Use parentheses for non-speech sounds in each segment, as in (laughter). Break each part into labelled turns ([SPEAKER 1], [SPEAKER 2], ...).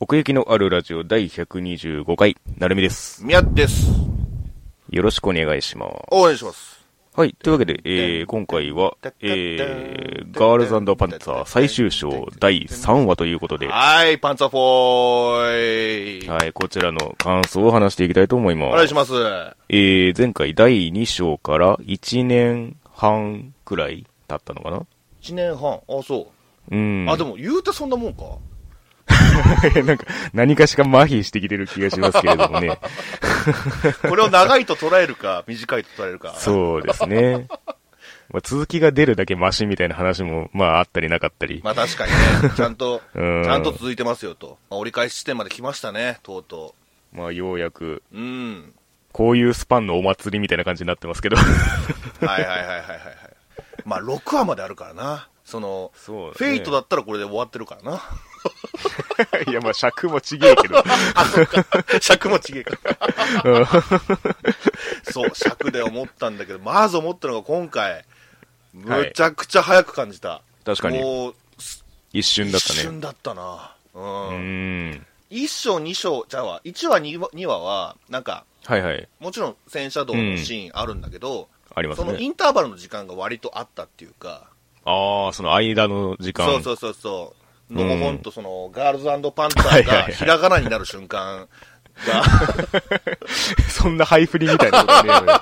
[SPEAKER 1] 奥行きのあるラジオ第125回、なるみです。
[SPEAKER 2] 宮です。
[SPEAKER 1] よろしくお願いします。
[SPEAKER 2] お願いします。
[SPEAKER 1] はい。というわけで、えー、今回は、えー、ガールズパンツァー最終章第3話ということで、は
[SPEAKER 2] はい、パンツァフォーイ。
[SPEAKER 1] い、こちらの感想を話していきたいと思います。
[SPEAKER 2] お願いします。
[SPEAKER 1] えー、前回第2章から1年半くらい経ったのかな
[SPEAKER 2] 1年半。あ、そうう。
[SPEAKER 1] ん。
[SPEAKER 2] あ、でも言うてそんなもんか。
[SPEAKER 1] (laughs) なんか、何かしか麻痺してきてる気がしますけれども
[SPEAKER 2] (laughs)
[SPEAKER 1] ね。
[SPEAKER 2] これを長いと捉える
[SPEAKER 1] (laughs)
[SPEAKER 2] か、短いと捉えるか。
[SPEAKER 1] そうですね。まあ、続きが出るだけマシみたいな話も、まあ、あったりなかったり。
[SPEAKER 2] まあ確かにね、ちゃんと、
[SPEAKER 1] (laughs)
[SPEAKER 2] ち
[SPEAKER 1] うん
[SPEAKER 2] ゃんと続いてますよと。まあ、折り返し地点まで来ましたね、とうと
[SPEAKER 1] まあ、ようやく、
[SPEAKER 2] う。うん。
[SPEAKER 1] こういうスパンのお祭りみたいな感じになってますけど。
[SPEAKER 2] はいはいはいはいはい。はいまあ6話まであるからな。その、
[SPEAKER 1] そう
[SPEAKER 2] フェイトだったらこれで終わってるからな。
[SPEAKER 1] いや、まあ、尺もちげえけど。
[SPEAKER 2] あ、そっか。
[SPEAKER 1] (laughs)
[SPEAKER 2] 尺も違えか。そう、尺で思ったんだけど、まず思ったのが今回、むちゃくちゃ早く感じた。
[SPEAKER 1] 確かに
[SPEAKER 2] もう、す
[SPEAKER 1] 一瞬だ
[SPEAKER 2] 一
[SPEAKER 1] ったね。
[SPEAKER 2] 瞬だったな。うん
[SPEAKER 1] う。ーん。
[SPEAKER 2] 1章、2章、じゃあわ、1話、2話二話は、なんか、
[SPEAKER 1] はいはい。
[SPEAKER 2] もちろん戦車道のシーンあるんだけど、
[SPEAKER 1] あります
[SPEAKER 2] そのイ
[SPEAKER 1] ね。
[SPEAKER 2] ンターバルの時間が割とあったっていうか、
[SPEAKER 1] ああ、その間の時間。
[SPEAKER 2] そうそうそうそう、のほほんとその、ガールズパンツァー
[SPEAKER 1] はいはい
[SPEAKER 2] が
[SPEAKER 1] はい
[SPEAKER 2] ひらがなになる瞬間が、
[SPEAKER 1] そんなハイフリみたいなことねえのよ。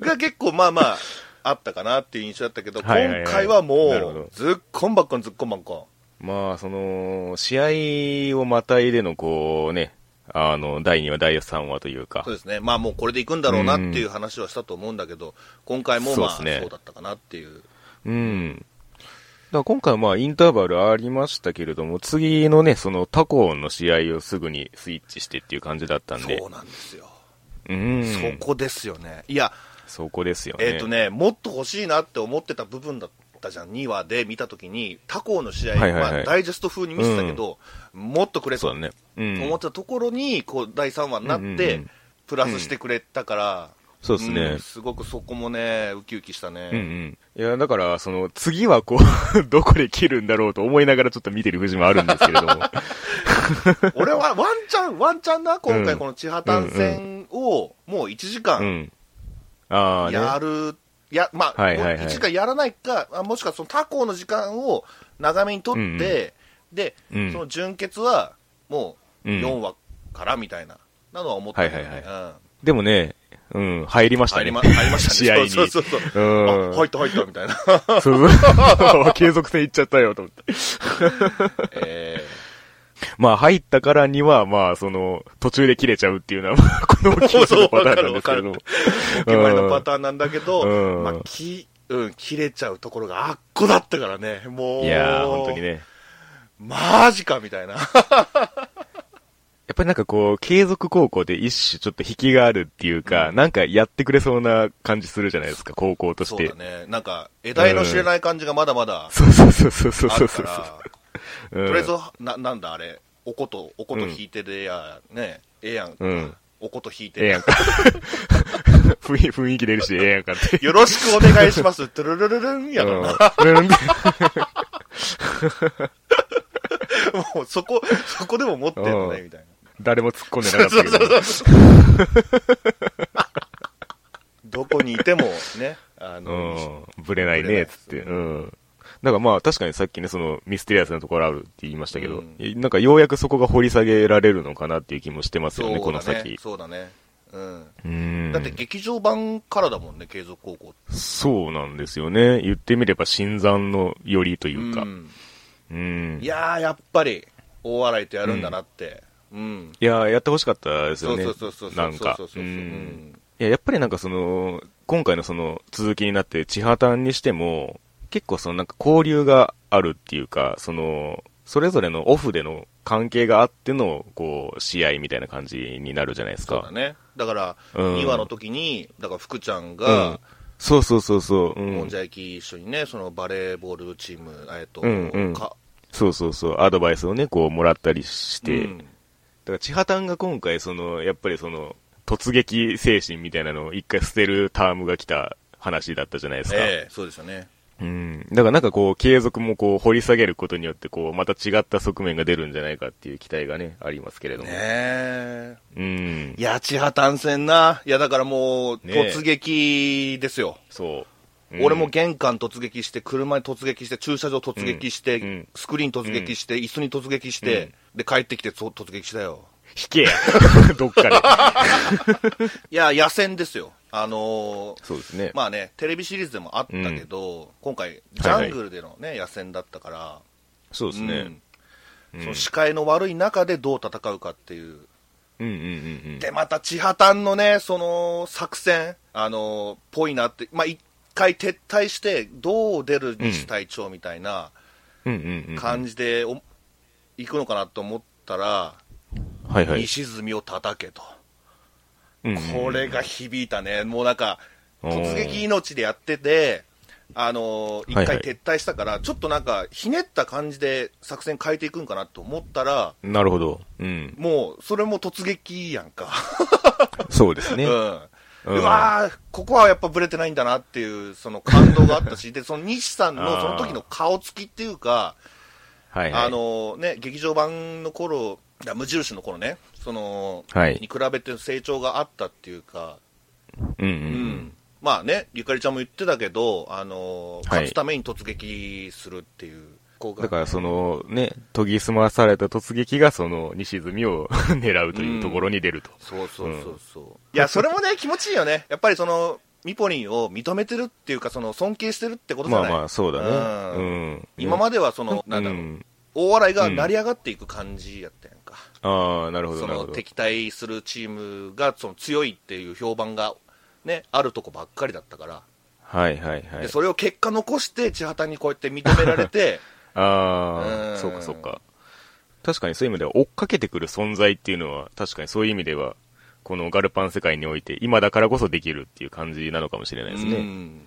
[SPEAKER 2] が結構まあまああったかなっていう印象だったけど、
[SPEAKER 1] はいはいはい
[SPEAKER 2] 今回は
[SPEAKER 1] なるほど
[SPEAKER 2] もうずっこんばっこんずっこんばっこ
[SPEAKER 1] (laughs) まあ、その、試合をまたいでの、こうね、あの、第2話、第3話というか
[SPEAKER 2] んそう、ですねまあもうこれでいくんだろうなっていう話はしたと思うんだけど、今回もまあ
[SPEAKER 1] そ
[SPEAKER 2] そうう
[SPEAKER 1] ですね
[SPEAKER 2] だったかなっていう
[SPEAKER 1] うん。だから今回はまあインターバルありましたけれども、次のね、その他校の試合をすぐにスイッチしてっていう感じだったん
[SPEAKER 2] そう,、
[SPEAKER 1] で。
[SPEAKER 2] なんですよ、
[SPEAKER 1] うん。
[SPEAKER 2] そこですよねいや
[SPEAKER 1] そこですよね。
[SPEAKER 2] えっ、とねもっと欲しいなって思ってた部分だったじゃん2話で見たときに他校の試合、
[SPEAKER 1] はいはいはい
[SPEAKER 2] まあ、ダイジェスト風に見てたけど、もっとくれ
[SPEAKER 1] そ
[SPEAKER 2] そうう
[SPEAKER 1] だね。うん。
[SPEAKER 2] 思ってたところにこう第3話になって、
[SPEAKER 1] うんうんうん
[SPEAKER 2] プラスしてくれたから、
[SPEAKER 1] そうです
[SPEAKER 2] う
[SPEAKER 1] ね
[SPEAKER 2] ん。すごくそこもね、ウキウキしたね。
[SPEAKER 1] うんうん。いや、だから、その、次はこう、 (laughs) どこで切るんだろうと思いながらちょっと見てる節もあるんですけれ
[SPEAKER 2] (laughs)
[SPEAKER 1] ども。
[SPEAKER 2] 俺はワンチャン、ワンチャンな、今
[SPEAKER 1] う
[SPEAKER 2] 回
[SPEAKER 1] ん
[SPEAKER 2] この千葉単線をもう1時
[SPEAKER 1] う
[SPEAKER 2] 間
[SPEAKER 1] ん。あ
[SPEAKER 2] や
[SPEAKER 1] あね。
[SPEAKER 2] る、や、まあ、
[SPEAKER 1] はいはいはい
[SPEAKER 2] 1時間やらないか、あもしくはその他校の時間を長めにとって、
[SPEAKER 1] うんうん
[SPEAKER 2] で、
[SPEAKER 1] うん
[SPEAKER 2] その純潔はもう
[SPEAKER 1] うん
[SPEAKER 2] 4話からみたいな、なのは思ったけどね、
[SPEAKER 1] はいは
[SPEAKER 2] うん
[SPEAKER 1] でもね、うん、入りました
[SPEAKER 2] 入
[SPEAKER 1] ね。
[SPEAKER 2] りま、入りました
[SPEAKER 1] (laughs)
[SPEAKER 2] ね。
[SPEAKER 1] 試合に。
[SPEAKER 2] そうそうそうそう。
[SPEAKER 1] うん
[SPEAKER 2] あ、入った入ったみた
[SPEAKER 1] (laughs)
[SPEAKER 2] いな。
[SPEAKER 1] そうそう (laughs) 継続戦いっちゃったよ、と思って。
[SPEAKER 2] え
[SPEAKER 1] まあ、入ったからには、まあ、その、途中で切れちゃうっていうのは、 (laughs) まあこの大き
[SPEAKER 2] (laughs)
[SPEAKER 1] のパターンなんですけれども。
[SPEAKER 2] ー、お決まりのパターンなんだけど、
[SPEAKER 1] うん
[SPEAKER 2] まあ、き、うん、切れちゃうところがあっこだったからね。もう。
[SPEAKER 1] いやー、本当に。ね。
[SPEAKER 2] マジかみたいな。
[SPEAKER 1] やっぱりなんかこう、継続高校で一種ちょっと引きがあるっていうか、なんかやってくれそうな感じするじゃないですか、高校とし
[SPEAKER 2] そう
[SPEAKER 1] て
[SPEAKER 2] だ。ね。なんか、得体の知れない感じがまだまだ
[SPEAKER 1] そうそうそうそうそう
[SPEAKER 2] あ
[SPEAKER 1] そう
[SPEAKER 2] るか
[SPEAKER 1] そう。
[SPEAKER 2] ら、
[SPEAKER 1] う
[SPEAKER 2] と
[SPEAKER 1] ん
[SPEAKER 2] りあえず、な、なんだあれ、おこと、おこと引いてでや、ね、ええやん。
[SPEAKER 1] うん
[SPEAKER 2] おこと引いて
[SPEAKER 1] ええやんか。雰囲雰囲気出るし、ええやんかって。
[SPEAKER 2] よろしくお願いします。トゥルルルルンやからな。
[SPEAKER 1] うん
[SPEAKER 2] もうそこ、そこでも持ってんのね、みたいな。
[SPEAKER 1] 誰も突っ込んでなかったけど。
[SPEAKER 2] (laughs) どこにいてもね、あの、
[SPEAKER 1] うん、ぶれないね、つって。うん。だからまあ確かにさっきね、そのミステリアスなところあるって言いましたけど、
[SPEAKER 2] うん
[SPEAKER 1] なんかようやくそこが掘り下げられるのかなっていう気もしてますよね、この
[SPEAKER 2] そうだね
[SPEAKER 1] 先。。
[SPEAKER 2] そうだね。うん。
[SPEAKER 1] うん。
[SPEAKER 2] だって劇場版からだもんね、継続高校って。
[SPEAKER 1] そうなんですよね。言ってみれば新参のよりというか。うん。
[SPEAKER 2] んいやー、やっぱり、大笑いとやるんだなって。うん。
[SPEAKER 1] いやー、やってほしかったですよね。
[SPEAKER 2] そうそうそうそう
[SPEAKER 1] なんか
[SPEAKER 2] そう。そううそうそううん
[SPEAKER 1] んいや、やっぱりなんかその、今回のその続きになって、千葉丹にしても、結構そのなんか交流があるっていうか、その、それぞれのオフでの関係があっての、こう、試合みたいな感じになるじゃないです
[SPEAKER 2] そうだ
[SPEAKER 1] か。
[SPEAKER 2] ね。だから、
[SPEAKER 1] うん
[SPEAKER 2] 2話の時に、だから福ちゃん
[SPEAKER 1] う
[SPEAKER 2] が
[SPEAKER 1] ん、。そうそうそうそう。う
[SPEAKER 2] もん
[SPEAKER 1] ん
[SPEAKER 2] じ。ゃ焼き一緒にね、そのバレーボールチーム、えっと
[SPEAKER 1] うんうん、
[SPEAKER 2] か、
[SPEAKER 1] そうそうそう。アドバイスをね、こう、もらったりして。
[SPEAKER 2] うん
[SPEAKER 1] だから、千葉丹が今回、その、やっぱりその、突撃精神みたいなのを一回捨てるタームが来た話だったじゃないですか。
[SPEAKER 2] ええ、そうですよね。
[SPEAKER 1] うん。だからなんかこう、継続もこう、掘り下げることによって、こう、また違った側面が出るんじゃないかっていう期待がね、ありますけれども。
[SPEAKER 2] ねえ。
[SPEAKER 1] うん
[SPEAKER 2] い。や、地破単線な。いや、だからもう、
[SPEAKER 1] ねえ
[SPEAKER 2] 突撃ですよ。
[SPEAKER 1] そう。
[SPEAKER 2] 俺も
[SPEAKER 1] うん
[SPEAKER 2] 玄関突撃して、車に突撃して、駐車場突撃して、
[SPEAKER 1] うんうん
[SPEAKER 2] スクリーン突撃して、椅子に突撃して、で、帰ってきてそ突撃したよ。
[SPEAKER 1] 引けや。 (laughs) どっかで。
[SPEAKER 2] いや、野戦ですよ。あのー
[SPEAKER 1] そうですね。
[SPEAKER 2] まあね、テレビシリーズでもあったけど、今回、ジ
[SPEAKER 1] はいは
[SPEAKER 2] ャ
[SPEAKER 1] い
[SPEAKER 2] ングルでのね、野戦だったから、
[SPEAKER 1] (laughs) そうです
[SPEAKER 2] う
[SPEAKER 1] ね
[SPEAKER 2] ん。
[SPEAKER 1] うん
[SPEAKER 2] その視界の悪い中でどう戦うかっていう。
[SPEAKER 1] うんうんうんうん。
[SPEAKER 2] で、また、千波丹のね、その、作戦、あの、ぽいなって、まあ、一回撤退して、どう出る西隊長みたいな
[SPEAKER 1] うんうんうん。
[SPEAKER 2] 感じで、お行くのかなと思ったら、
[SPEAKER 1] はいはい。
[SPEAKER 2] 西積を叩けと。
[SPEAKER 1] うんうん
[SPEAKER 2] これが響いたね。もうなんか、
[SPEAKER 1] おー
[SPEAKER 2] 突撃命でやってて、あの一
[SPEAKER 1] はいは
[SPEAKER 2] 回
[SPEAKER 1] い
[SPEAKER 2] 撤退したから、ちょっとなんか、ひねった感じで作戦変えていくんかなと思ったら、
[SPEAKER 1] なるほど。うん。
[SPEAKER 2] もう、それも突撃やんか。
[SPEAKER 1] そうですね。
[SPEAKER 2] う
[SPEAKER 1] うん
[SPEAKER 2] ん、うわーここはやっぱブレてないんだなっていう、その感動があったし、で、その西さんのその時の顔つきっていうか、
[SPEAKER 1] はいはい。
[SPEAKER 2] あ、のね、劇場版の頃、いや無印の頃ね、その、
[SPEAKER 1] はい
[SPEAKER 2] に比べて成長があったっていうか、
[SPEAKER 1] うんうんう。
[SPEAKER 2] うんまあね、ゆかりちゃんも言ってたけど、あの、
[SPEAKER 1] はい
[SPEAKER 2] 勝つために突撃するっていう、こう
[SPEAKER 1] だからそのね、研ぎ澄まされた突撃がその西積を (laughs) 狙うというところに出ると。
[SPEAKER 2] そうそうそうそう、いやそれもね気持ちいいよね (laughs) やっぱりそのミポリンを認めてるっていうかその尊敬してるってことじゃ
[SPEAKER 1] まあ
[SPEAKER 2] ない
[SPEAKER 1] まあ、そうだね。
[SPEAKER 2] う
[SPEAKER 1] うんん。
[SPEAKER 2] 今まではその、なんだろう、
[SPEAKER 1] うん
[SPEAKER 2] 大笑いが成り上がっていく感じやったやんか、
[SPEAKER 1] ああ、なるほど、
[SPEAKER 2] そ
[SPEAKER 1] なる
[SPEAKER 2] の
[SPEAKER 1] ほど。
[SPEAKER 2] 敵対するチームがその強いっていう評判が、ね、あるとこばっかりだったから、
[SPEAKER 1] はいはいはい
[SPEAKER 2] で。それを結果残して、千畑にこうやって認められて、
[SPEAKER 1] あ
[SPEAKER 2] うん
[SPEAKER 1] あ、そうかそうか。確かにそういう意味では追っかけてくる存在っていうのは、確かにそういう意味では、このガルパン世界において、今だからこそできるっていう感じなのかもしれ (laughs) ないですね。
[SPEAKER 2] うん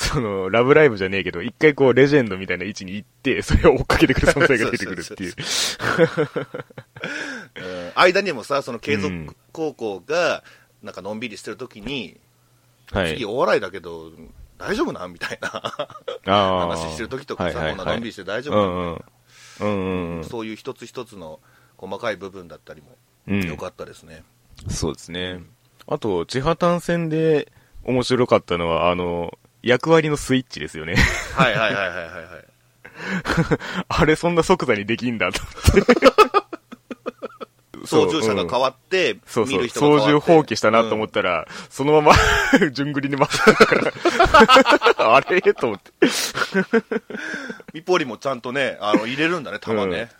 [SPEAKER 1] その、ラブライブじゃねえけど、一回こう、レジェンドみたいな位置に行って、それを追っかけてくる存在が出てくるっていう。
[SPEAKER 2] うん間にもさ、その継
[SPEAKER 1] う
[SPEAKER 2] 続
[SPEAKER 1] ん
[SPEAKER 2] 高校が、なんかのんびりしてるときに、
[SPEAKER 1] は
[SPEAKER 2] 次
[SPEAKER 1] い。
[SPEAKER 2] お笑いだけど、大丈夫なんみたいな
[SPEAKER 1] あ
[SPEAKER 2] 話してるときとかさ、こんなのんびりして大丈
[SPEAKER 1] う
[SPEAKER 2] 夫なん
[SPEAKER 1] んうん。うんうんうん。
[SPEAKER 2] そういう一つ一つの細かい部分だったりも、
[SPEAKER 1] うん
[SPEAKER 2] よかったですね。
[SPEAKER 1] そうですね。あと、地波単戦で面白かったのは、あの、役割のスイッチですよね。 (laughs)
[SPEAKER 2] はいはいはいはいはいはい。
[SPEAKER 1] あれ、そんな即座にできんだと思
[SPEAKER 2] (laughs)
[SPEAKER 1] って。
[SPEAKER 2] 操縦者が変
[SPEAKER 1] わ
[SPEAKER 2] わって、
[SPEAKER 1] そう
[SPEAKER 2] 見
[SPEAKER 1] そ
[SPEAKER 2] る
[SPEAKER 1] う、
[SPEAKER 2] 人が変
[SPEAKER 1] 操
[SPEAKER 2] わって
[SPEAKER 1] 縦放棄したなと思ったら、そのま (laughs) ま、順繰りに回ってたから、 (laughs) あれと思って。
[SPEAKER 2] ミポリもちゃんとね、あの入れる
[SPEAKER 1] (laughs)
[SPEAKER 2] んだね、弾ね。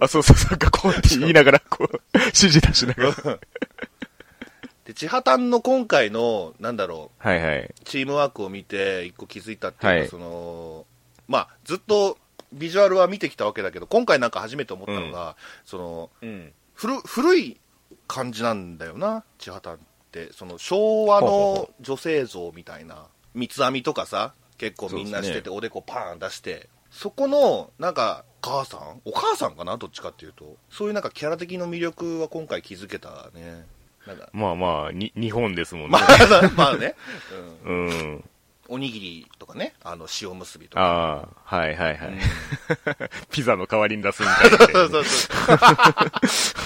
[SPEAKER 1] あ、そうそうそう、こうやって言いながら、こう、指示出しながら。
[SPEAKER 2] (laughs) で、千葉丹の今回の、なんだろ
[SPEAKER 1] はいはい。
[SPEAKER 2] う、チームワークを見て、一個気づいたっていうか、
[SPEAKER 1] はい
[SPEAKER 2] その、まあ、ずっとビジュアルは見てきたわけだけど、今回なんか初めて思ったのが、その、
[SPEAKER 1] うん。
[SPEAKER 2] 古古い感じなんだよな、千葉丹って。その、昭和
[SPEAKER 1] ほうほう
[SPEAKER 2] の
[SPEAKER 1] ほ
[SPEAKER 2] 女性像みたいな、三つ編みとかさ、結構みんなして
[SPEAKER 1] そうで
[SPEAKER 2] て、
[SPEAKER 1] す
[SPEAKER 2] おでこパーン出して、そこの、なんか、母さんお母さんかなどっちかっていうと。そういうなんかキャラ的の魅力は今回気づけたね。なんか、
[SPEAKER 1] まあまあ、に、日本ですもんね。
[SPEAKER 2] まあ、まあね、
[SPEAKER 1] うん。
[SPEAKER 2] うん。おにぎりとかね、あの、塩結びとか。
[SPEAKER 1] ああ、はいはいはい。 (laughs) ピザの代わりに出すみたいなね。
[SPEAKER 2] そうそうそう。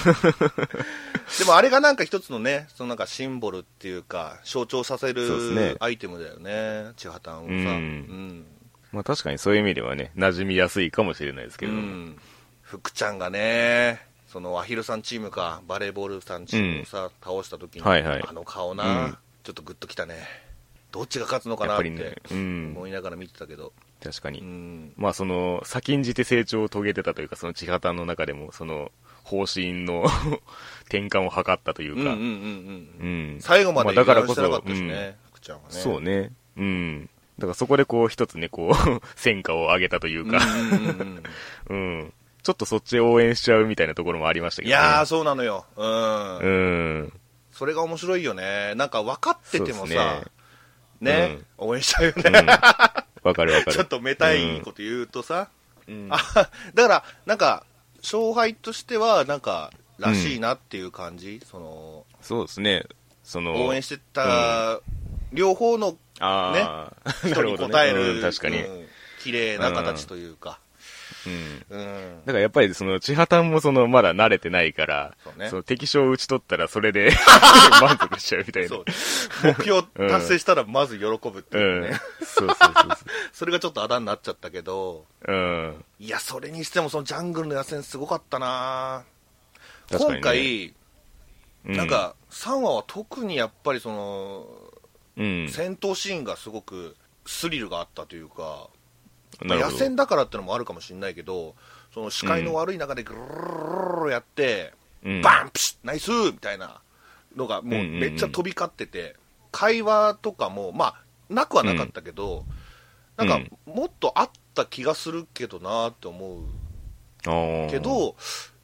[SPEAKER 2] でもあれがなんか一つのね、そのなんかシンボルっていうか、象徴させ
[SPEAKER 1] そうです
[SPEAKER 2] る
[SPEAKER 1] ね
[SPEAKER 2] アイテムだよね、千葉タンをさ。う
[SPEAKER 1] うんん。 (laughs) まあ確かにそういう意味ではね、馴染みやすいかもしれないです
[SPEAKER 2] う
[SPEAKER 1] けれども。
[SPEAKER 2] ん。福ちゃんがね、そのアヒルさんチームか、バレーボールさんチームをさ、倒した時に、
[SPEAKER 1] はいはい
[SPEAKER 2] あの顔な、
[SPEAKER 1] うん
[SPEAKER 2] ちょっとグッときたね。どっちが勝つのか
[SPEAKER 1] や
[SPEAKER 2] な
[SPEAKER 1] っ
[SPEAKER 2] っ
[SPEAKER 1] ぱ
[SPEAKER 2] て
[SPEAKER 1] りね、うん。
[SPEAKER 2] 思いながら見てたけど。
[SPEAKER 1] 確かに。
[SPEAKER 2] うん。
[SPEAKER 1] まあその、先んじて成長を遂げてたというか、その地方の中でも、その、方針の (laughs) 転換を図ったとい
[SPEAKER 2] うん
[SPEAKER 1] う
[SPEAKER 2] うんう
[SPEAKER 1] か、
[SPEAKER 2] んうん。
[SPEAKER 1] うん
[SPEAKER 2] 最後まで
[SPEAKER 1] あだ
[SPEAKER 2] 油
[SPEAKER 1] から
[SPEAKER 2] 断
[SPEAKER 1] こ
[SPEAKER 2] して
[SPEAKER 1] そ
[SPEAKER 2] なかったし
[SPEAKER 1] うん
[SPEAKER 2] ね、福ちゃんはね。
[SPEAKER 1] そうね。うん。だからそこでこう一つね、こう、 (laughs) 戦果を上げたという
[SPEAKER 2] うんう
[SPEAKER 1] か、
[SPEAKER 2] んうんうん。
[SPEAKER 1] うん、ちょっとそっち応援しちゃうみたいなところもありましたけ
[SPEAKER 2] い
[SPEAKER 1] ど、ね。
[SPEAKER 2] やー、そうなのよ。うん。
[SPEAKER 1] うん。
[SPEAKER 2] それが面白いよね。なんか分かってて
[SPEAKER 1] そ
[SPEAKER 2] も
[SPEAKER 1] う
[SPEAKER 2] さ
[SPEAKER 1] っ、すね
[SPEAKER 2] ね、応援しちゃうよ
[SPEAKER 1] う
[SPEAKER 2] ね。 (laughs)
[SPEAKER 1] ん。わかるわかる。
[SPEAKER 2] ちょっとめたいこと言うとさ、
[SPEAKER 1] うん。
[SPEAKER 2] あ (laughs) だから、なんか、勝敗としては、なんか、らしいなっていう感じ、その、
[SPEAKER 1] そうですね。その、
[SPEAKER 2] 応援してた、両方の
[SPEAKER 1] ああ、 (laughs) な
[SPEAKER 2] 人
[SPEAKER 1] るほ
[SPEAKER 2] に
[SPEAKER 1] ど
[SPEAKER 2] 答え
[SPEAKER 1] ね。
[SPEAKER 2] る、
[SPEAKER 1] うん、確かに。うん。
[SPEAKER 2] うん綺麗な形というか、うん
[SPEAKER 1] だからやっぱりその、千畑もその、まだ慣れてないから、
[SPEAKER 2] そうね
[SPEAKER 1] その敵将を打ち取ったらそれ
[SPEAKER 2] (laughs)
[SPEAKER 1] で (laughs) 満足しちゃうみたいな。
[SPEAKER 2] そう目標達成したらまず喜ぶって
[SPEAKER 1] う
[SPEAKER 2] いうね、
[SPEAKER 1] ん。そうそうそう
[SPEAKER 2] (laughs) それがちょっとあだになっちゃったけど、
[SPEAKER 1] そう。うん。
[SPEAKER 2] いや、それにしてもそのジャングルの野戦すごかったな、
[SPEAKER 1] 確か
[SPEAKER 2] 今
[SPEAKER 1] にね
[SPEAKER 2] 回、なん、か3話は特にやっぱりその、
[SPEAKER 1] うん。うん
[SPEAKER 2] 戦闘シーンがすごくスリルがあったというか、
[SPEAKER 1] なる
[SPEAKER 2] 野
[SPEAKER 1] ほど
[SPEAKER 2] 戦。だからってのもあるかもしれないけど、その視界の悪い中でぐるるるやって、
[SPEAKER 1] うん
[SPEAKER 2] バンプシュッナイスーみたいなのがもうめっちゃ飛び交ってて、会話とかもまあなくはなかったけど、
[SPEAKER 1] うん
[SPEAKER 2] なんかもっとあった気がするけどなって思う
[SPEAKER 1] ああ
[SPEAKER 2] け、ど、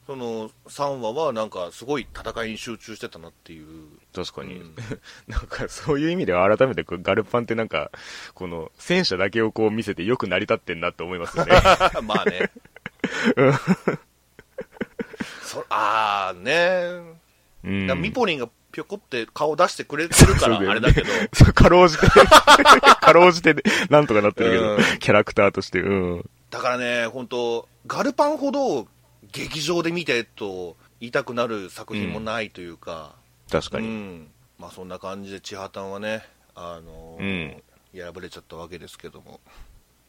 [SPEAKER 2] その3話はなんかすごい戦いに集中してたなっていう
[SPEAKER 1] 確かに、
[SPEAKER 2] うん (laughs)
[SPEAKER 1] なんかそういう意味では改めてこうガルパンってなんか、この戦車だけをこう見せてよく成り立ってんなって思いますよね。
[SPEAKER 2] ま
[SPEAKER 1] (laughs)
[SPEAKER 2] あね。そあーね、
[SPEAKER 1] う
[SPEAKER 2] だ
[SPEAKER 1] ん
[SPEAKER 2] からミポリンがぴょこって顔出してくれてるから
[SPEAKER 1] そうだよね
[SPEAKER 2] あれだけど、
[SPEAKER 1] そうかろうじて、かろうじてで、なんとかなってるけど、
[SPEAKER 2] うん
[SPEAKER 1] キャラクターとして、うん。
[SPEAKER 2] だからね、本当ガルパンほど劇場で見てと言いたくなる作品もないというか、
[SPEAKER 1] 確
[SPEAKER 2] う
[SPEAKER 1] か
[SPEAKER 2] ん
[SPEAKER 1] に。
[SPEAKER 2] まあ、そんな感じで千畑はね、あのー破れちゃったわけですけども、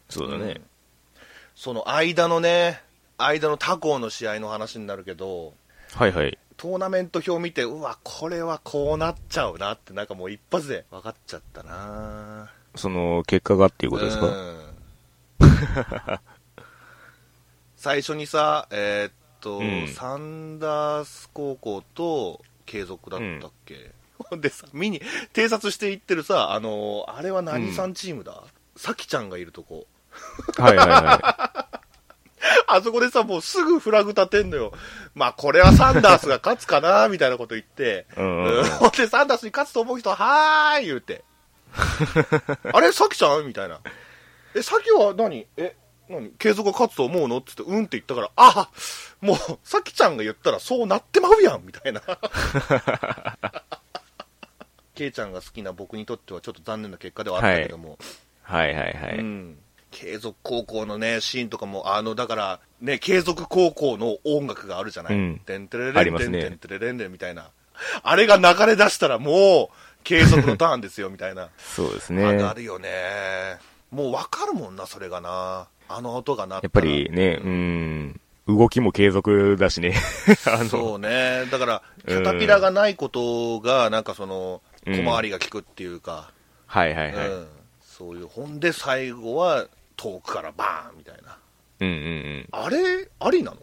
[SPEAKER 1] そうだね
[SPEAKER 2] ん。その間のね、間の他校の試合の話になるけど、
[SPEAKER 1] はいはい。
[SPEAKER 2] トーナメント表見て、うわ、これはこうなっちゃうなって、なんかもう一発で分かっちゃったな
[SPEAKER 1] その、結果がっていうことです
[SPEAKER 2] う
[SPEAKER 1] か
[SPEAKER 2] ん (laughs) 最初にさ、えーっと、
[SPEAKER 1] うん
[SPEAKER 2] サンダース高校と継続だったっけ、ほ (laughs) んでさ、見に、偵察していってるさ、あのーあれは何さんチームだ、さきちゃんがいるとこ。
[SPEAKER 1] はいはいは
[SPEAKER 2] あそこでさ、もうすぐフラグ立てんのよ。まあ、これはサンダースが勝つかな、 (laughs) みたいなこと言って。
[SPEAKER 1] い。うんうん
[SPEAKER 2] う
[SPEAKER 1] うんん。
[SPEAKER 2] ほんで、サンダースに勝つと思う人は、はーい言
[SPEAKER 1] (laughs)
[SPEAKER 2] うて。あれ、さきちゃんみたいな。え、さきは何え、何継続が勝つと思うのって言って、うんって言ったから、あもう、さきちゃんが言ったらそうなってまうやんみた
[SPEAKER 1] (laughs)
[SPEAKER 2] いな。ケイちゃんが好きな僕にとってはちょっと残念な結果ではあったけども、
[SPEAKER 1] はいはいは
[SPEAKER 2] う
[SPEAKER 1] い。
[SPEAKER 2] ん、継続高校のね、シーンとかも、あの、だから、ね、継続高校の音楽があるじゃない。
[SPEAKER 1] うん
[SPEAKER 2] てんてれ
[SPEAKER 1] あ
[SPEAKER 2] れ
[SPEAKER 1] り
[SPEAKER 2] ん
[SPEAKER 1] ま
[SPEAKER 2] て
[SPEAKER 1] す
[SPEAKER 2] ん
[SPEAKER 1] ね
[SPEAKER 2] てんてれれんれんみたいな。あれが流れ出したらもう、継続のターンですよ、みたいな。
[SPEAKER 1] そうです (laughs)
[SPEAKER 2] あ
[SPEAKER 1] ね。
[SPEAKER 2] なるよね。もうわかるもんな、それがな。あの音がなったら
[SPEAKER 1] やっぱりね、うん。動きも継続だしね。あの、
[SPEAKER 2] そうね。だから、キ
[SPEAKER 1] うん
[SPEAKER 2] ャタピラがないことが、なんかその、
[SPEAKER 1] うん
[SPEAKER 2] 小回りが利くっていうか、
[SPEAKER 1] はいは
[SPEAKER 2] う
[SPEAKER 1] い
[SPEAKER 2] ん
[SPEAKER 1] はい。
[SPEAKER 2] そういう、ほんで最後は、遠くからバーンみたいな。
[SPEAKER 1] うんうんうん。
[SPEAKER 2] あれ、ありなの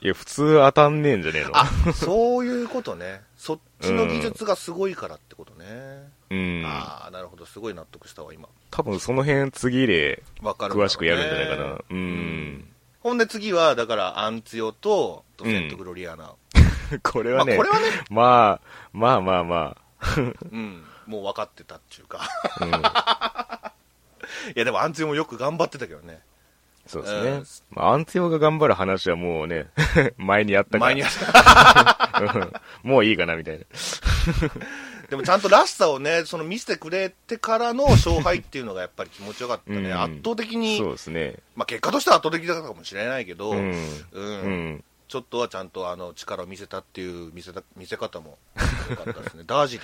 [SPEAKER 1] いや、普通当たんねえんじゃねえの
[SPEAKER 2] あそういうことね、そっちの技術がすごいからってことね、
[SPEAKER 1] うん。
[SPEAKER 2] ああ、なるほど、すごい納得したわ、今、
[SPEAKER 1] 多分その辺次で
[SPEAKER 2] わかるんだろうね
[SPEAKER 1] 詳しくやるんじゃないかな。うん。
[SPEAKER 2] ほんで次は、だから、アンツヨと、ドセント・グロリアナ、
[SPEAKER 1] これ
[SPEAKER 2] まあ、
[SPEAKER 1] はね
[SPEAKER 2] これ、はね、
[SPEAKER 1] まあ、まあまあま
[SPEAKER 2] うん、もう分かってたっていうか、 (laughs)
[SPEAKER 1] あ。うん。
[SPEAKER 2] いや、でも、アンツヨもよく頑張ってたけどね、
[SPEAKER 1] そうですね。まあ、アンツヨが頑張る話はもうね、 (laughs) 前にやったから。
[SPEAKER 2] 前にやっ
[SPEAKER 1] うんもういいかな、みたいな。
[SPEAKER 2] でもちゃんとらしさをね、その見せてくれてからの勝敗っていうのがやっぱり気持ちよかったね、
[SPEAKER 1] うん
[SPEAKER 2] 圧倒的に
[SPEAKER 1] そう、ですね。
[SPEAKER 2] まあ、結果としては圧倒的だったかもしれないけど、
[SPEAKER 1] うん。
[SPEAKER 2] うん
[SPEAKER 1] うん。
[SPEAKER 2] ちょっとはちゃんとあの力を見せたっていう見せた見せ方も良かったです
[SPEAKER 1] (laughs)
[SPEAKER 2] ね、ダージ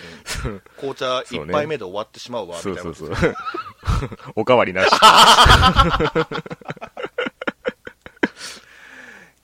[SPEAKER 2] リン、紅茶
[SPEAKER 1] そう
[SPEAKER 2] 1
[SPEAKER 1] ね
[SPEAKER 2] 杯目で終わってしまうわ、みた
[SPEAKER 1] そ
[SPEAKER 2] いうな
[SPEAKER 1] そ
[SPEAKER 2] こ
[SPEAKER 1] う
[SPEAKER 2] と
[SPEAKER 1] そう。 (laughs) おかわりなし。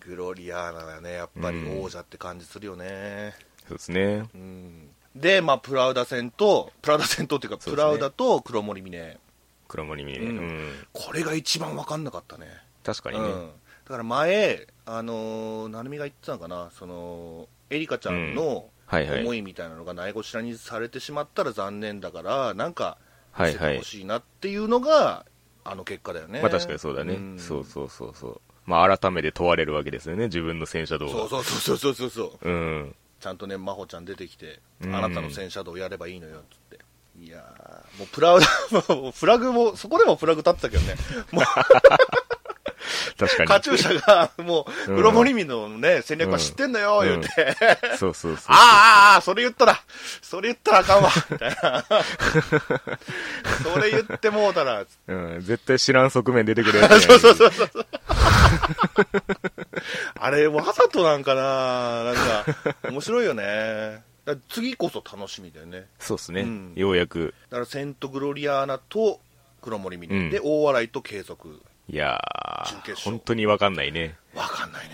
[SPEAKER 2] グロリアーナがね、やっぱり王者って感じするよね。
[SPEAKER 1] そうですね。
[SPEAKER 2] うんで、まあ、プラウダ戦と、プラウダ戦とっていうか、
[SPEAKER 1] そう
[SPEAKER 2] プ
[SPEAKER 1] ですね
[SPEAKER 2] ラウダと黒森峰、
[SPEAKER 1] 黒森美ね。
[SPEAKER 2] う
[SPEAKER 1] うんん。
[SPEAKER 2] これが一番分かんなかったね。
[SPEAKER 1] 確かに
[SPEAKER 2] う
[SPEAKER 1] ね。
[SPEAKER 2] ん、だから前、あのー、成美が言ってたのかな、そのエリカちゃんの
[SPEAKER 1] はいは
[SPEAKER 2] 思
[SPEAKER 1] い。
[SPEAKER 2] いみたいなのがないごしらにされてしまったら残念だから、なんか、
[SPEAKER 1] は
[SPEAKER 2] 見
[SPEAKER 1] い
[SPEAKER 2] せ
[SPEAKER 1] は
[SPEAKER 2] て
[SPEAKER 1] い
[SPEAKER 2] ほ。しいなっていうのが、あの結果だよね。
[SPEAKER 1] まあ確かにそうだね。
[SPEAKER 2] ん
[SPEAKER 1] そうそうそうそう。まあ改めて問われるわけですよね、自分の戦車道
[SPEAKER 2] そう
[SPEAKER 1] が。
[SPEAKER 2] そうそうそうそうそう。
[SPEAKER 1] うん。
[SPEAKER 2] ちゃんとね、真帆ちゃん出てきて、
[SPEAKER 1] うん
[SPEAKER 2] あなたの戦車道やればいいのよっつって。いやー、 (laughs) もうプラウダ、もうフラグも、そこでもフラグ立ってたけどね。もう
[SPEAKER 1] 確かに。
[SPEAKER 2] カチューシャが、もう、
[SPEAKER 1] うん
[SPEAKER 2] 黒森民のね、戦略は知ってんのよ、
[SPEAKER 1] うん
[SPEAKER 2] 言うて。
[SPEAKER 1] そうそうそう。
[SPEAKER 2] あーあーあー、それ言ったら、それ言ったらあかんわ、みたい
[SPEAKER 1] (laughs)
[SPEAKER 2] な。それ言ってもうたら、
[SPEAKER 1] うん、絶対知らん側面出てくるやつやん。
[SPEAKER 2] (laughs) そうそうそうそう。 (laughs) あれ、わざとなんかななんか、面白いよね。だから次こそ楽しみだよね。
[SPEAKER 1] そうっすね、
[SPEAKER 2] うん
[SPEAKER 1] ようやく。
[SPEAKER 2] だから、セントグロリアーナと黒森ミニ、
[SPEAKER 1] うん
[SPEAKER 2] で、大笑いと継続。
[SPEAKER 1] いや
[SPEAKER 2] 準決
[SPEAKER 1] ー、
[SPEAKER 2] 勝
[SPEAKER 1] 本当にわかんないね。
[SPEAKER 2] わかんないね。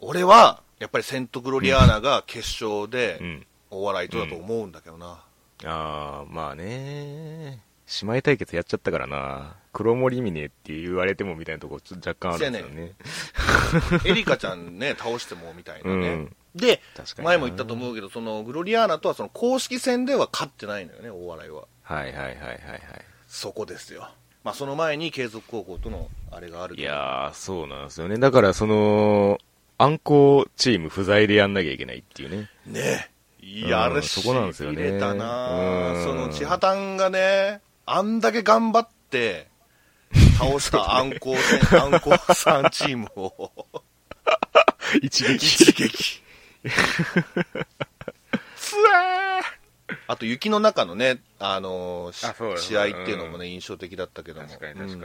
[SPEAKER 2] 俺は、やっぱりセントグロリアーナが決勝で
[SPEAKER 1] う、ん。
[SPEAKER 2] 大笑いとだと思うんだけどな。
[SPEAKER 1] あー、まあね姉妹対決やっちゃったからな黒森峰って言われてもみたいなとこちょっと若干あるんですよね。
[SPEAKER 2] エリカちゃんね、 (laughs) 倒してもみたいなね。
[SPEAKER 1] うん
[SPEAKER 2] で
[SPEAKER 1] 確か、にな
[SPEAKER 2] 前も言ったと思うけど、そのグロリアーナとはその公式戦では勝ってないのよね、大笑いは。
[SPEAKER 1] はいはいはいはいはい。
[SPEAKER 2] そこですよ。まあ、その前に継続高校とのあれがある
[SPEAKER 1] い
[SPEAKER 2] けど
[SPEAKER 1] やー、そうなんですよね。だから、その、暗行チーム不在でやんなきゃいけないっていうね。
[SPEAKER 2] ねえ。いうや、
[SPEAKER 1] ん
[SPEAKER 2] あれ、
[SPEAKER 1] そこなんですよね
[SPEAKER 2] しびれたな
[SPEAKER 1] う
[SPEAKER 2] あ
[SPEAKER 1] ん
[SPEAKER 2] その、千葉丹がね、あんだけ頑張って、
[SPEAKER 1] (laughs)
[SPEAKER 2] 倒した暗黒戦、暗黒さんチームを、
[SPEAKER 1] 一
[SPEAKER 2] (laughs) 一
[SPEAKER 1] 撃。
[SPEAKER 2] (laughs) 撃。つえーあと、雪の中のね、あのーし
[SPEAKER 1] あそうだね
[SPEAKER 2] 試合っていうのもね、印象的だったけども。うん
[SPEAKER 1] に。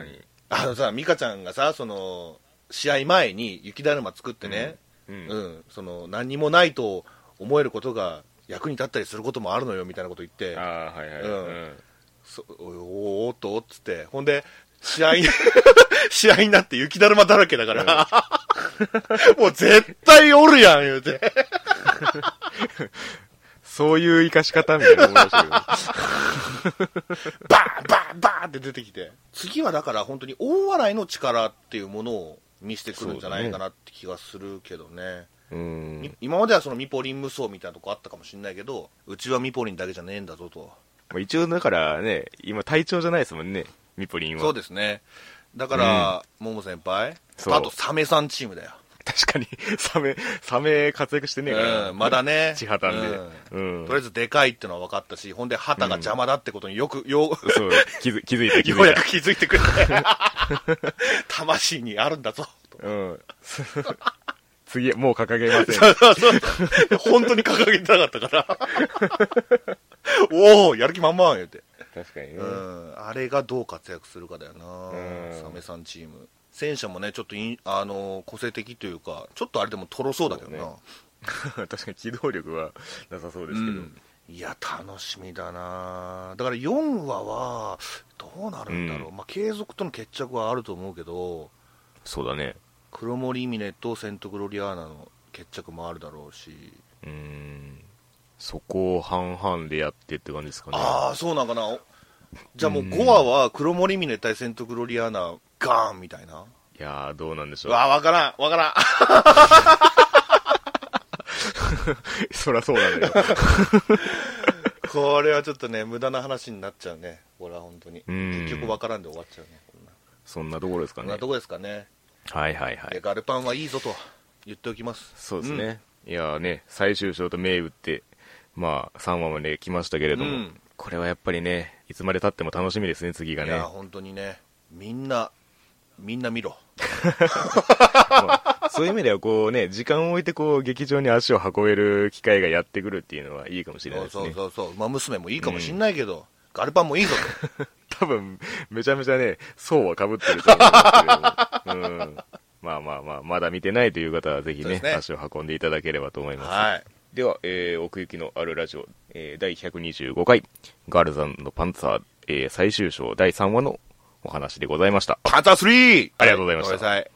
[SPEAKER 2] あのさ、美香ちゃんがさ、その、試合前に雪だるま作ってね、
[SPEAKER 1] う
[SPEAKER 2] うん
[SPEAKER 1] ん。
[SPEAKER 2] その、何にもないと思えることが役に立ったりすることもあるのよ、みたいなこと言って、
[SPEAKER 1] あー、はいはい。
[SPEAKER 2] うん
[SPEAKER 1] うん
[SPEAKER 2] そおいおーっと、つって、ほんで、試合に、 (laughs) 試合になって雪だるまだらけだから、 (laughs) もう絶対おるやん、言うて。
[SPEAKER 1] そういう生かし方みたいな思いましたけど。
[SPEAKER 2] (laughs) バーンバーンバーンって出てきて。次はだから本当に大笑いの力っていうものを見せてくるんじゃないかなって気がするけどね。
[SPEAKER 1] う
[SPEAKER 2] み
[SPEAKER 1] ん。
[SPEAKER 2] 今まではそのミポリン無双みたいなとこあったかもしれないけどうちはミポリンだけじゃねえんだぞと
[SPEAKER 1] まあ一応だからね、今体調じゃないですもんね、ミポリンは。
[SPEAKER 2] そうですねだから、モモ先輩
[SPEAKER 1] そう
[SPEAKER 2] あとサメさんチームだよ、
[SPEAKER 1] 確かに、サメ、サメ活躍してねえから。
[SPEAKER 2] うん、まだ (laughs) ね
[SPEAKER 1] 地旗で。う
[SPEAKER 2] うん
[SPEAKER 1] ん。
[SPEAKER 2] とりあえずでかいってのは分かったしほんで旗が邪魔だってことによくよう
[SPEAKER 1] そう、気づ気づいた気
[SPEAKER 2] よう
[SPEAKER 1] づい
[SPEAKER 2] や (laughs) く気づいてくれて (laughs) 魂にあるんだぞと
[SPEAKER 1] た。うん。 (laughs) 次、もう掲げません。
[SPEAKER 2] そうそうそう本当に掲げてなかったから (laughs) おおやる気満々言うて
[SPEAKER 1] 確かにね。
[SPEAKER 2] うんあれがどう活躍するかだよな、
[SPEAKER 1] うん
[SPEAKER 2] サメさんチーム。戦車もね、ちょっといんあの個性的というか、ちょっとあれでもとろそうだけどな、
[SPEAKER 1] そう (laughs) 確かに機動力はなさそうですけど。
[SPEAKER 2] うんいや、楽しみだな、だから4話はどうなるんだろう、
[SPEAKER 1] う
[SPEAKER 2] まあ、継続との決着はあると思うけど、
[SPEAKER 1] そうだね。
[SPEAKER 2] 黒森峰とセントグロリアーナの決着もあるだろうし、
[SPEAKER 1] うん。そこを半々でやってって感じですかね。
[SPEAKER 2] ああ、そうなんかな、おじゃあもう5話は黒森峰対セントグロリアーナ、ガーンみたいな。
[SPEAKER 1] いやー、どうなんでし
[SPEAKER 2] う
[SPEAKER 1] ょう。
[SPEAKER 2] わ、わからん、わからん。
[SPEAKER 1] (laughs) そりゃそうなんだよ。
[SPEAKER 2] (laughs) (laughs) これはちょっとね、無駄な話になっちゃうね、これは本当に。
[SPEAKER 1] うん
[SPEAKER 2] 結局わからんで終わっちゃうね、こんな
[SPEAKER 1] そんなところですか
[SPEAKER 2] こん
[SPEAKER 1] ね
[SPEAKER 2] な。とこですかね、
[SPEAKER 1] はいはいは
[SPEAKER 2] で
[SPEAKER 1] い。
[SPEAKER 2] ガルパンはいいぞと言っておきます。
[SPEAKER 1] そうですね。いやーね、最終章と銘打って、まあ、3話まで来ましたけれども、
[SPEAKER 2] うん
[SPEAKER 1] これはやっぱりね、いつまで経っても楽しみですね、次
[SPEAKER 2] う
[SPEAKER 1] が
[SPEAKER 2] ん。い
[SPEAKER 1] ね。
[SPEAKER 2] や、本当にね、みんな、みんな見ろ。
[SPEAKER 1] (laughs) そういう意味では、こうね、時間を置いて、こう、劇場に足を運べる機会がやってくるっていうのはいいかもしれないですね。
[SPEAKER 2] そうそうそう、馬娘もいいかもしんないけど、ガルパンもい
[SPEAKER 1] (laughs)
[SPEAKER 2] いぞと。
[SPEAKER 1] 多分、めちゃめちゃね、層は被ってると思うんですけれども、う
[SPEAKER 2] (laughs)
[SPEAKER 1] ん。まあまあまあ、まだ見てないという方は、ぜひ
[SPEAKER 2] そうで
[SPEAKER 1] ね
[SPEAKER 2] すね
[SPEAKER 1] 足を運んでいただければと思います。
[SPEAKER 2] はい。
[SPEAKER 1] では、えー奥行きのあるラジオ、えー第125回、ガールズパンツァー、えー最終章第3話のお話でございました。
[SPEAKER 2] パンツァー 3!
[SPEAKER 1] ありがとうございました
[SPEAKER 2] ごめんなさい。